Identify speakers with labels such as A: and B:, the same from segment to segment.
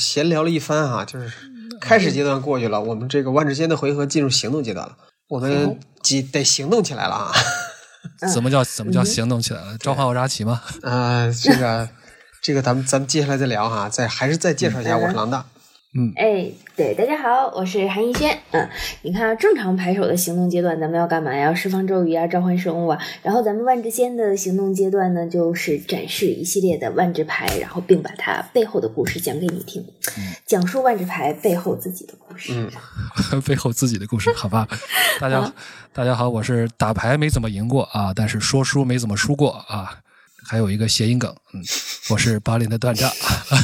A: 闲聊了一番哈、就是开始阶段过去了，我们这个万智间的回合进入行动阶段了，我们几得行动起来了啊！
B: 怎么叫怎么叫行动起来了？召唤奥扎奇吗？
A: 啊，这个这个咱们咱们接下来再聊哈，再还是再介绍一下，我是狼大，
C: 哎，对，大家好，我是韩逸轩。嗯，你看啊，正常牌手的行动阶段，咱们要干嘛呀？释放咒语啊，召唤生物啊。然后咱们万智仙的行动阶段呢，就是展示一系列的万智牌，然后并把它背后的故事讲给你听，讲述万智牌背后自己的故事。
A: 嗯
B: 背后自己的故事，好 吧？大家大家好，我是打牌没怎么赢过啊，但是说书没怎么输过啊，还有一个谐音梗，嗯，我是巴林的段丈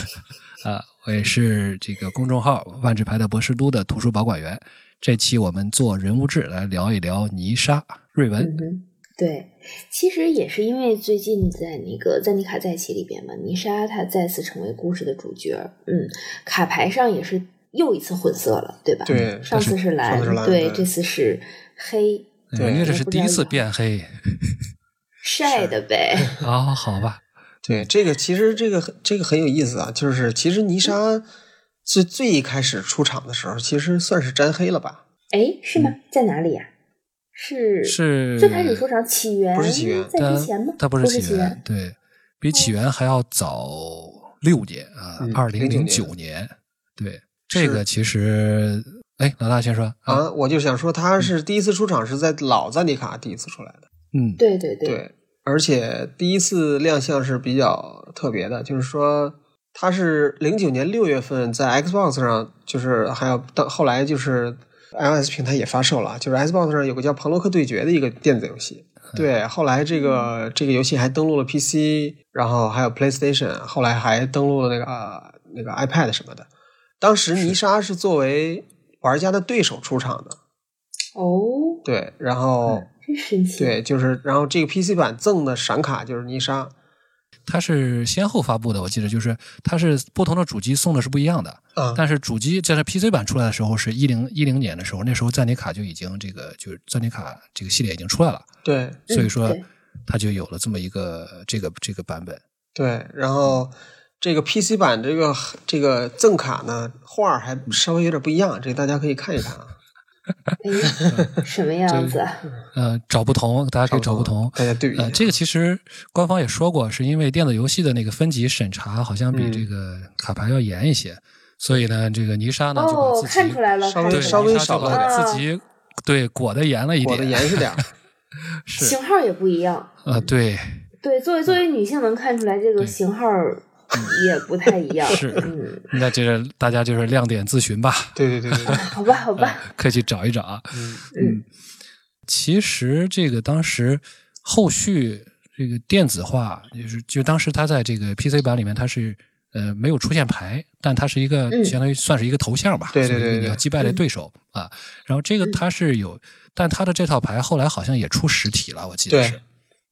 B: 啊，我也是这个公众号万智牌的博士都的图书保管员。这期我们做人物志来聊一聊泥沙瑞文，
C: 嗯哼，对，其实也是因为最近在那个《赞尼卡在奇》里边嘛，泥沙她再次成为故事的主角，嗯，卡牌上也是又一次混色了，对吧？
A: 对
C: 上次是蓝，
A: 上次是蓝
C: 对，
A: 对
C: 这次是黑
B: 嗯
A: 对
B: 因为这是第一次变黑
C: 晒的呗，
B: 啊，好吧？
A: 对，这个其实这个很这个很有意思啊，就是其实泥沙最最一开始出场的时候，其实算是沾黑了吧？
C: 哎，是吗？在哪里呀、是
B: 是
C: 最开始出场起源
A: 不是起源
C: 在
B: 它
C: 之前吗？
B: 它不
C: 是嗯
B: 是起源，
C: 源，
B: 对比起源还要早六年啊
A: 嗯，
B: 二零零
A: 09
B: 九年。对，这个其实，哎，老大先说啊，
A: 啊，我就想说他是第一次出场是在老赞迪卡第一次出来的，
B: 嗯，
C: 对对对，
A: 对，而且第一次亮相是比较特别的，就是说他是零九年六月份在 Xbox 上，就是还有到后来就是 iOS 平台也发售了，就是 Xbox 上有个叫《庞洛克对决》的一个电子游戏。对，后来这个这个游戏还登录了 PC，然后还有 PlayStation，后来还登录了那个、呃、那个 iPad 什么的。当时泥沙是作为玩家的对手出场的，
C: 哦，
A: 对，然后
C: 真神奇，
A: 对，就是然后这个 PC 版赠的闪卡就是泥沙，
B: 它是先后发布的，我记得就是它是不同的主机送的是不一样的，
A: 啊，
B: 但是主机在这 PC 版出来的时候是一零一零年的时候，那时候赞尼卡就已经这个就是赞尼卡这个系列已经出来了，
A: 对
C: 嗯
B: 所以说
C: 对
B: 它就有了这么一个这个这个版本。
A: 对，然后这个 PC 版这个这个赠卡呢，画儿还稍微有点不一样，这个大家可以看一看啊，
C: 哎，什么样子啊？
B: 呃，找不同，大家可以找不同。
A: 大家对比一下
B: 呃，这个其实官方也说过，是因为电子游戏的那个分级审查好像比
A: 嗯
B: 这个卡牌要严一些，所以呢，这个泥沙呢就把
C: 哦，
B: 自己
C: 看出来了，
A: 稍
C: 看
A: 微
B: 对
C: 出来
A: 稍
C: 了哦
A: 微
B: 泥沙就
A: 少了
B: 把自己对裹得严了一
A: 裹得
B: 点，
A: 严实点儿，
B: 是
C: 型号也不一样。
B: 呃，对，
C: 对，作为作为女性能看出来这个
B: 对
C: 型号也不太一样。
B: 是
C: 嗯，
B: 那这个大家就是亮点自寻吧，
A: 对对对对 对，
C: 好吧，好吧，
B: 可以去找一找啊。
A: 嗯，
C: 嗯，
B: 其实这个当时后续这个电子化，就是就当时它在这个 PC 版里面它是呃没有出现牌，但它是一个
C: 嗯
B: 相当于算是一个头像吧，
A: 对对对
B: 所以
A: 对嗯
B: 你要击败的对手啊。然后这个它是有，但它的这套牌后来好像也出实体了，我记得
A: 对
B: 是。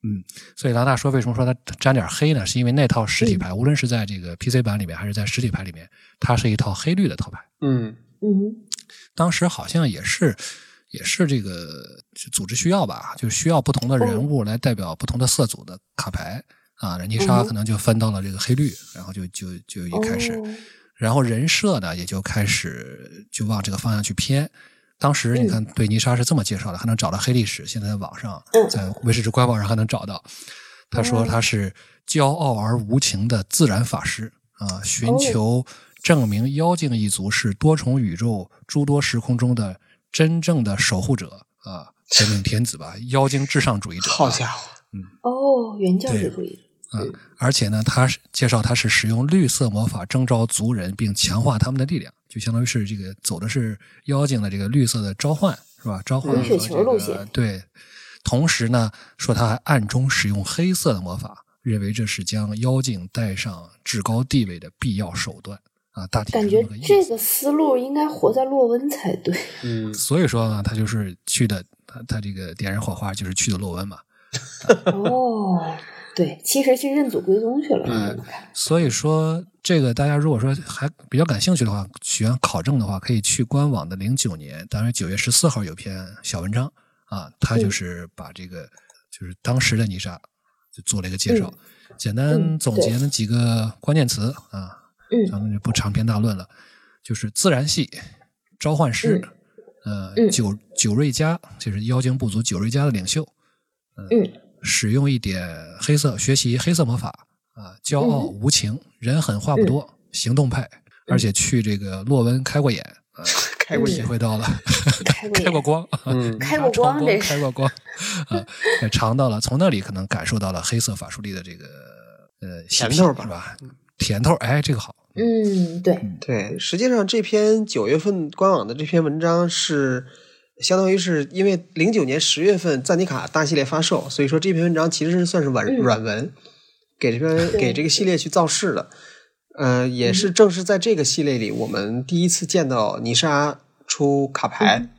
B: 嗯，所以郎大说为什么说它沾点黑呢？是因为那套实
A: 嗯
B: 体牌，无论是在这个 PC 版里面还是在实体牌里面，它是一套黑绿的套牌。
A: 嗯
C: 嗯，
B: 当时好像也是也是这个是组织需要吧，就是需要不同的
C: 哦
B: 人物来代表不同的色组的卡牌、啊。人尼莎
C: 嗯
B: 可能就分到了这个黑绿，然后就就就一开始，
C: 哦
B: 然后人设呢也就开始就往这个方向去偏。当时
C: 嗯
B: 你看对泥沙是这么介绍的，还能找到黑历史，现在在网上
C: 嗯
B: 在威士忌官网上还能找到。他说他是骄傲而无情的自然法师啊，寻求证明妖精一族是多重宇宙诸多时空中的真正的守护者啊，真命天子吧，妖精至上主义者。
A: 好家伙，
C: 哦，原教旨
B: 对
C: 主义。
B: 嗯，而且呢，他是介绍他是使用绿色魔法征召族人，并强化他们的力量，就相当于是这个走的是妖精的这个绿色的召唤，是吧？召唤
A: 滚
C: 雪
B: 和
C: 球
B: 这
C: 路
B: 个
C: 线
B: 对。同时呢，说他还暗中使用黑色的魔法，认为这是将妖精带上至高地位的必要手段啊。大体是
C: 感
B: 这
C: 觉
B: 么个意思。
C: 这个思路应该活在洛温才对。
A: 嗯，
B: 所以说呢，他就是去的他他这个点燃火花就是去的洛温嘛。
C: 哦， 对，其实去认祖归宗去了。你们看，
B: 所以说，这个大家如果说还比较感兴趣的话，喜欢考证的话，可以去官网的零九年，当然九月十四号有篇小文章啊，他就是把这个、就是当时的泥沙就做了一个介绍，简单总结了几个关键词啊，
C: 嗯
B: 咱们就不长篇大论了。就是自然系、召唤师，呃，
C: 嗯
B: 九九瑞家，就是妖精部族九瑞家的领袖，呃
C: 嗯
B: 使用一点黑色，学习黑色魔法啊，骄傲
C: 嗯
B: 无情，人狠话不多，行动派，而且去这个洛温开过眼，啊，
A: 开过
B: 体
A: 眼，
B: 会到了，
C: 开过
B: 开过
C: 眼，
B: 光，
A: 嗯，
C: 嗯开 过
B: 光
C: 光，这
B: 开
C: 是
B: 过光，啊，也尝到了，从那里可能感受到了黑色法术力的这个呃
A: 甜头吧
B: 吧，是吧？甜头，哎，这个好，
C: 嗯，对，
A: 对，实际上这篇九月份官网的这篇文章是，相当于是因为零九年十月份赞尼卡大系列发售，所以说这篇文章其实是算是软、
C: 嗯
A: 软文，给这篇
C: 对嗯
A: 给这个系列去造势的。呃，也是正是在这个系列里，我们第一次见到泥沙出卡牌，
C: 嗯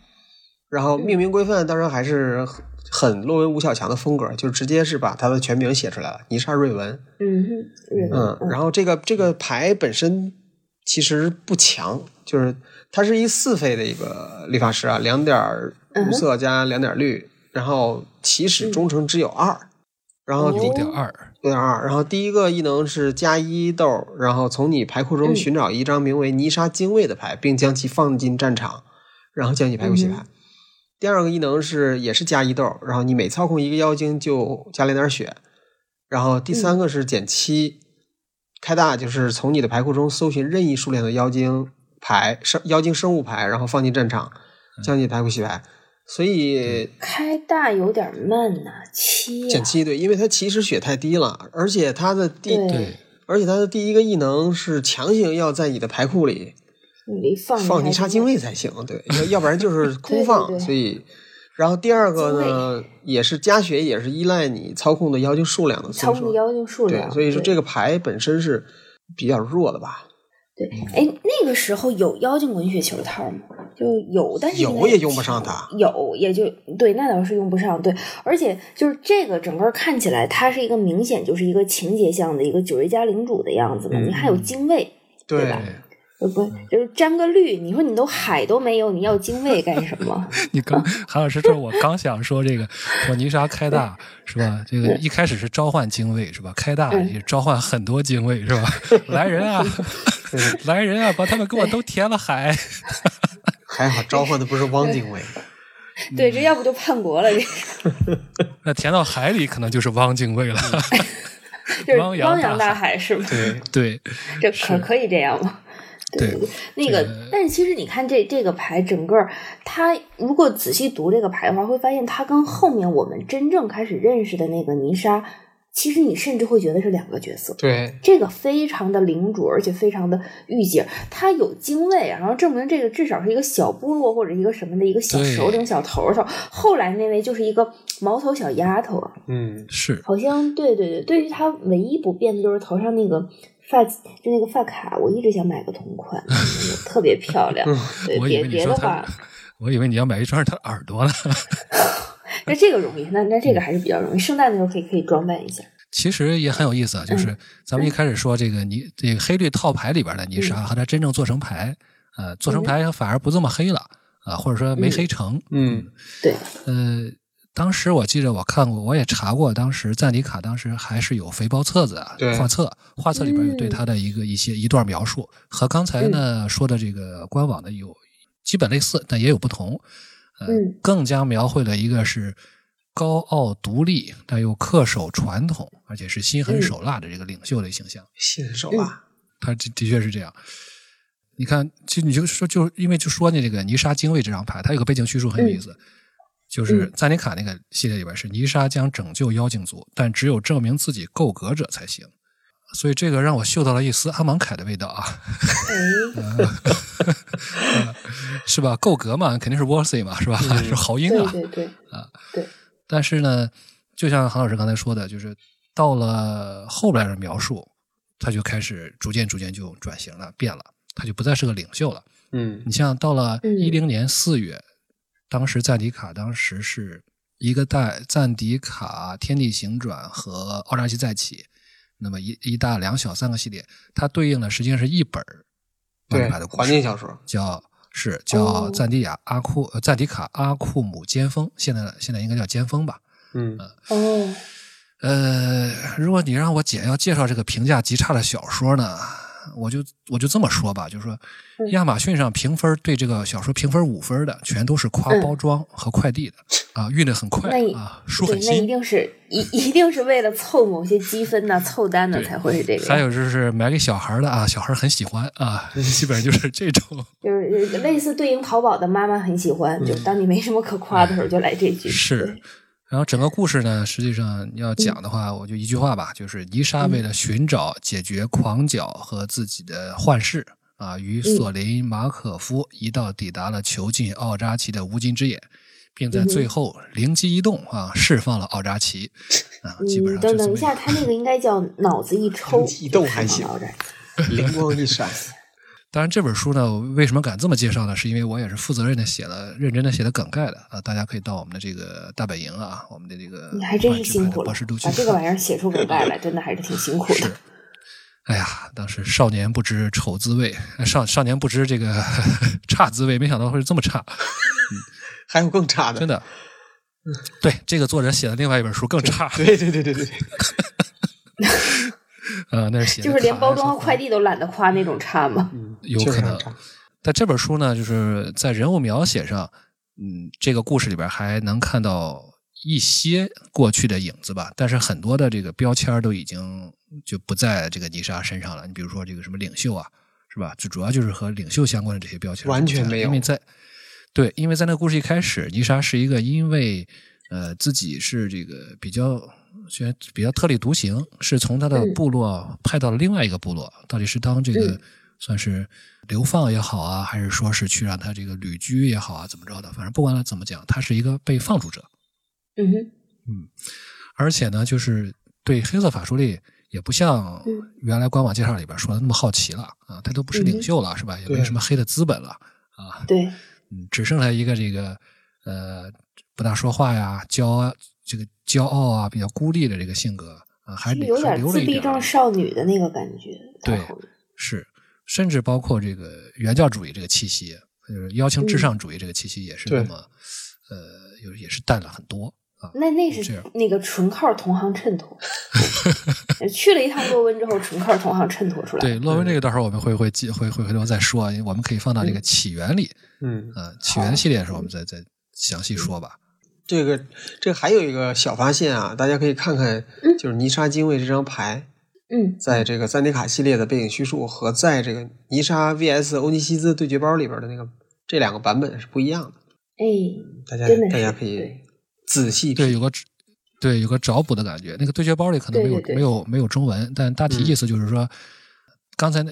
A: 然后命名规范当然还是很很洛文吴小强的风格，就直接是把他的全名写出来了，泥沙瑞文。
C: 嗯哼，日
A: 嗯
C: 文，，
A: 然后这个这
C: 嗯
A: 个牌本身其实不强，就是它是一四费的一个理发师啊，两点儿
C: 嗯
A: 无
C: 哼嗯
A: 色加两点儿绿，然后起始忠诚只有二，然
C: 哦
A: 后第
B: 五点二，
A: 对二，然后第一个异能是加一豆，然后从你牌库中
C: 嗯
A: 寻找一张名为泥沙精卫的牌，并将其放进战场，然后将你牌库
C: 嗯
A: 洗牌。第二个异能是也是加一豆，然后你每操控一个妖精就加零点血，然后第
C: 嗯
A: 三个是减七，开大就是从你的牌库中搜寻任意数量的妖精牌生妖精生物牌，然后放进战场，将你牌库洗牌。所以
C: 开大有点慢呐，啊七呀
A: 减，七对，因为它起始血太低了，而且它的第
C: 对
B: 对，
A: 而且它的第一个异能是强行要在你的牌库里
C: 你放
A: 放泥沙
C: 沙
A: 精卫才行，对，要要不然就是空放。
C: 对对对
A: 所以，然后第二个呢，也是加血，也是依赖你操控的妖精数量的，所
C: 操
A: 以
C: 控
A: 说
C: 的妖精数
A: 对
C: 量，，
A: 所以说这
C: 个
A: 个牌本身是比较弱的吧。
C: 对，
A: 嗯
C: 哎，那个时候有妖精滚雪球套吗？就有，但是
A: 有
C: 应该
A: 也用不上它
C: 有也就对，那倒是用不上。对，而且就是这个整个看起来，它是一个明显就是一个情节向的一个九瑞家领主的样子嘛。
A: 嗯
C: 你还有精卫，对吧
B: 对
C: 不不就是沾个绿，你说你都海都没有，你要精卫干什么？
B: 你刚
C: 嗯
B: 韩老师说，我刚想说这个，我泥沙开大是吧？这个一开始是召唤精卫是吧？开大
C: 嗯
B: 也召唤很多精卫是吧？ 来 人啊，
C: 嗯
B: 来人啊，把他们给我都填了海。
A: 还好召唤的不是汪精 卫，嗯
C: 对，这要不就叛国了，这
B: 那填到海里可能就是汪精卫了。
C: 嗯就是
B: 汪
C: 汪
B: 洋大
C: 洋大海是吗？
A: 对，
B: 对
C: 这可
B: 是
C: 可以这样吗？
B: 对，
C: 那个
B: 这个，
C: 但是其实你看这这个牌，整个儿它如果仔细读这个牌的话，会发现它跟后面我们真正开始认识的那个泥沙，其实你甚至会觉得是两个角色。
A: 对，
C: 这个非常的领主，而且非常的御姐，它有精卫，啊然后证明这个至少是一个小部落或者一个什么的一个小首领、小头头。后来那位就是一个毛头小丫头，啊
A: 嗯，
B: 是
C: 好像对对对，对于他唯一不变的就是头上那个发，就那个发卡，我一直想买个同 款，特别漂亮。对，
B: 嗯我以
C: 别
B: 为你
C: 别
B: 说
C: 的
B: 他
C: 话，，
B: 我以为你要买一双是他耳朵呢。
C: 那这个容易，那那这个还是比较容易。圣诞的时候可以可以装扮一下。
B: 其实也很有意思啊，
C: 嗯
B: 就是咱们一开始说这个泥这个黑绿套牌里边的泥
C: 嗯
B: 沙和它真正做成牌，呃，做成牌反而不这么黑了啊，或者说没黑成。
A: 嗯，
C: 对，
B: 呃，当时我记得我看过，我也查过，当时赞尼卡当时还是有肥包册子啊
A: 对，
B: 画册，画册里边有对他的一个一些一段描述，和刚才呢说的这个官网的有基本类似，但也有不同。呃
C: 嗯，
B: 更加描绘了一个是高傲独立但又恪守传统，而且是心狠手辣的这个领袖的形象。
A: 新手啊吧，
B: 他的的确是这样。你看，其实你就说，就是因为就说那这个泥沙精卫这张牌，它有个背景叙述很有意
C: 嗯
B: 思，就是赞尼卡那个系列里边是泥沙将拯救妖精族，但只有证明自己够格者才行。所以这个让我嗅到了一丝阿芒凯的味道啊，
C: 哎，
B: 是吧？够格嘛，肯定是 worthy 嘛，是吧？是豪英
C: 嗯对
B: 啊。
C: 对对，
B: 但是呢，就像韩老师刚才说的，就是到了后边的描述，他就开始逐渐逐渐就转型了，变了，他就不再是个领袖了。
A: 嗯
B: 你像到了
C: 嗯
B: 一零年四月，当时赞迪卡当时是一个带赞迪卡、天地行转和奥扎奇再起，那么一一大两小三个系列，它对应的实际上是一本儿巴
A: 对
B: 里巴的，故
A: 环
B: 事，
A: 境小说，
B: 叫是叫
C: 哦
B: 赞迪亚阿库呃赞迪卡阿库姆尖峰，现在现在应该叫尖峰吧。
A: 嗯，
C: 哦，
B: 呃，如果你让我简要介绍这个评价极差的小说呢，我就我就这么说吧，就是说，
C: 嗯
B: 亚马逊上评分对这个小说评分五分的，全都是夸
C: 嗯
B: 包装和快递的啊，运的很快
C: 那
B: 啊，书
C: 对
B: 很，
C: 那一
B: 新。
C: 定是一一定是为了凑某些积分呐、凑单呐
B: 对
C: 才会是这个样子。
B: 还有就是买给小孩的啊，小孩很喜欢啊， 基本上就是这种。
C: 就是呃类似对应淘宝的妈妈很喜欢，就是当你没什么可夸的时候，就来这句。
B: 嗯哎是，然后整个故事呢，实际上要讲的话，我就一句话吧，就是伊
C: 嗯
B: 莎为了寻找解决狂角和自己的幻视啊，与
C: 嗯
B: 索林、马可夫一道抵达了囚禁奥扎奇的无尽之眼，并
C: 嗯
B: 在最后灵机一动啊，释放了奥扎奇啊，基
C: 嗯，
B: 本上就
C: 等
B: 这
C: 等
B: 么
C: 一下，
B: 个
C: 他那个应该叫脑子一抽，
A: 一动还行
C: 就看到这儿
B: 嗯
A: 灵光一 闪，
B: 当然，这本书呢，我为什么敢这么介绍呢？是因为我也是负责任的写了，认真的写了梗概的啊。大家可以到我们的这个大本营啊，我们的这个
C: 你还真是辛苦了
B: 博士都，去
C: 把这个
B: 看
C: 玩意儿写出梗概来，真的还是挺辛苦的。
B: 哎呀，当时少年不知丑滋味，呃少少年不知这个 差滋味，没想到会这么差，
A: 还有更差的，
B: 真的。对，这个作者写的另外一本书更差，
A: 对对对对对对，
B: 呃，那是写的
C: 就是连
B: 卡
C: 包装和
B: 还是
C: 快递都懒得夸那种差吗？
A: 嗯，
B: 有
A: 确
B: 可
A: 实
B: 能
A: 很差。
B: 但这本书呢，就是在人物描写上，嗯，这个故事里边还能看到一些过去的影子吧，但是很多的这个标签都已经就不在这个泥沙身上了。你比如说这个什么领袖啊，是吧？就主要就是和领袖相关的这些标签
A: 完全
B: 不在
A: 没有
B: 因为在对，因为在那个故事一开始，泥沙是一个因为呃自己是这个比较虽然比较特立独行，是从他的
C: 嗯
B: 部落派到了另外一个部落，到底是当这个
C: 嗯
B: 算是流放也好啊，还是说是去让他这个旅居也好啊，怎么着的，反正不管他怎么讲，他是一个被放逐者，
C: 嗯哼，
B: 而且呢，就是对黑色法术力也不像
C: 嗯
B: 原来官网介绍里边说的那么好奇了啊，他都不是
C: 嗯
B: 领袖了，是吧？也没有
A: 对
B: 什么黑的资本了啊，
C: 对，
B: 嗯，只剩下一个这个呃不大说话呀，骄啊这个骄傲啊，比较孤立的这个性格啊，还
C: 有
B: 还
C: 点
B: 留了
C: 自
B: 一
C: 闭
B: 点儿
C: 症少女的那个感觉。
B: 对
C: 太好了
B: 是，甚至包括这个原教主义这个气息，就是邀请至
C: 嗯
B: 上主义这个气息也是
A: 对
B: 那么、呃，有也是淡了很多啊。
C: 那那
B: 这
C: 是
B: 样
C: 那个纯靠同行衬托，去了一趟洛温之后，纯靠同行衬托出来。
B: 对，洛文这个到时候我们会会记会会回头再说，啊我们可以放到这个起源里，
A: 嗯，
B: 啊，起源系列的时候我们再再详细说吧。
A: 这个这还有一个小发现啊，大家可以看看
C: 嗯，
A: 就是泥沙精卫这张牌，
C: 嗯，
A: 在这个赞迪卡系列的背景叙述和在这个泥沙 VS 欧尼西斯对决包里边的那个这两个版本是不一样的，
C: 哎，
A: 大家
C: 真的是
A: 大家可以
C: 对
A: 仔细
B: 对，
A: 品
B: 有个找对有个找补的感觉。那个对决包里可能没有
C: 对对对嗯
B: 没有没有中文，但大体意思就是说，刚才那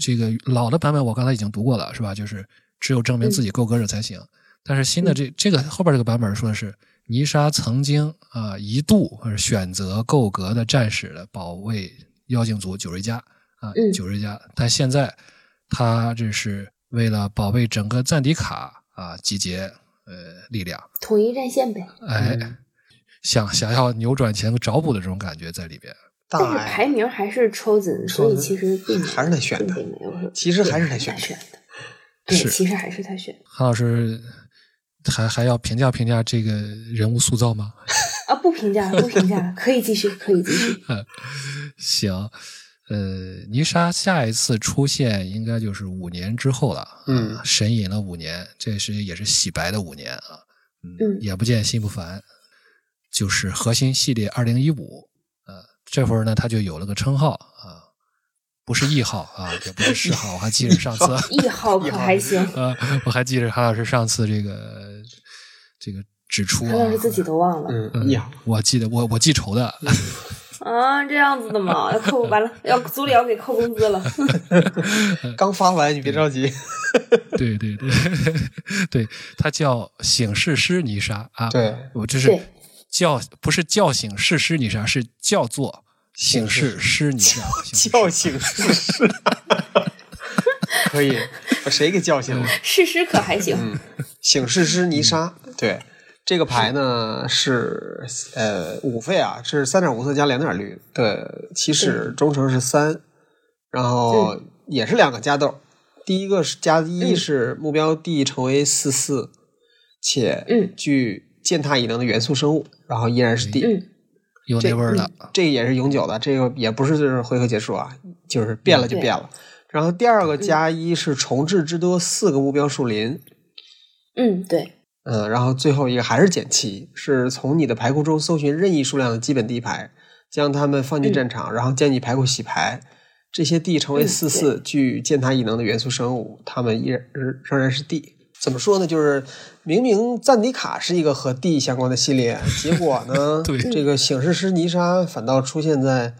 B: 这个老的版本我刚才已经读过了，是吧？就是只有证明
C: 嗯
B: 自己够格者才行。但是新的这这个后边这个版本说的是。泥沙曾经啊、呃一度呃选择够格的战士来保卫妖精族九瑞家啊
C: 嗯
B: 九瑞家，但现在他这是为了保卫整个赞迪卡啊集结呃力量，
C: 统一战线呗。
B: 哎，
A: 嗯
B: 想想要扭转前找补的这种感觉在里边。
A: 大
C: 但是
A: 爱
C: 排名还是抽子，所以其实并没有
A: 还是得选的
C: 并没有说
A: 其实还是得
C: 对
A: 选的
C: 他选的。对，
B: 是
C: 其实还是他选的
B: 韩老师还还要评价评价这个人物塑造吗？
C: 啊！不评价了，不评价了，可以继续，可以继续。
B: 行，呃，泥沙下一次出现应该就是五年之后了，啊
A: 嗯
B: 神隐了五年，这是也是洗白的五年啊，
C: 嗯
B: 也不见心不烦，就是核心系列二零一五，呃，这会儿呢他就有了个称号啊，不是谥号啊，也不是谥号，我还记得上次。
C: 一号可还行，
B: 呃，我还记得韩老师上次这个这个指出
C: 他
B: 啊，
C: 要是自己都忘了
A: 嗯
B: 嗯
A: 呀，
B: 我记得我我记仇的，
C: 啊！这样子的嘛，要扣完了，要组里要给扣工资了。
A: 刚发完你别着急，
B: 对对对 对，他叫醒世师泥沙啊，
A: 对，
B: 我这是
C: 对
B: 叫不是叫醒世师泥沙，是叫做醒世师泥沙，醒世
A: 叫醒是是， 可以把谁给叫醒了？
C: 事实可还行，
A: 醒世之泥沙，
C: 嗯
A: 对这个牌呢是呃五费啊，是三点五色加两点绿的起始忠诚是三，然后也是两个加豆，第一个是加一
C: 嗯
A: 是目标地成为四四，且
C: 嗯
A: 具践踏异能的元素生物，然后依然是 D，
C: 嗯
B: 有
A: 这
B: 那味儿了。，
A: 这个也是永久的，这个也不是就是回合结束啊，就是变了
C: 嗯
A: 就变了。然后第二个加一是重置至多四个目标树林，
C: 嗯，对，
A: 嗯，然后最后一个还是减七，是从你的牌库中搜寻任意数量的基本地牌，将它们放进战场，然后将你牌库洗牌。这些地成为
C: 嗯
A: 四四具践踏异能的元素生物，它们依然仍然是地。怎么说呢？就是明明赞迪卡是一个和地相关的系列，结果呢
B: 对
A: 这个醒世师泥沙反倒出现在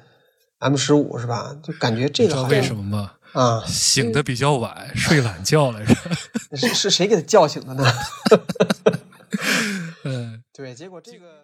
A: M 十五是吧？就感觉这
B: 你知
A: 个
B: 道
A: 好
B: 为
A: 像
B: 什么吗？
A: 啊，
B: 醒的比较晚，睡懒觉来着。
A: 是是谁给他叫醒的呢？
B: 嗯，
A: 对，结果这个。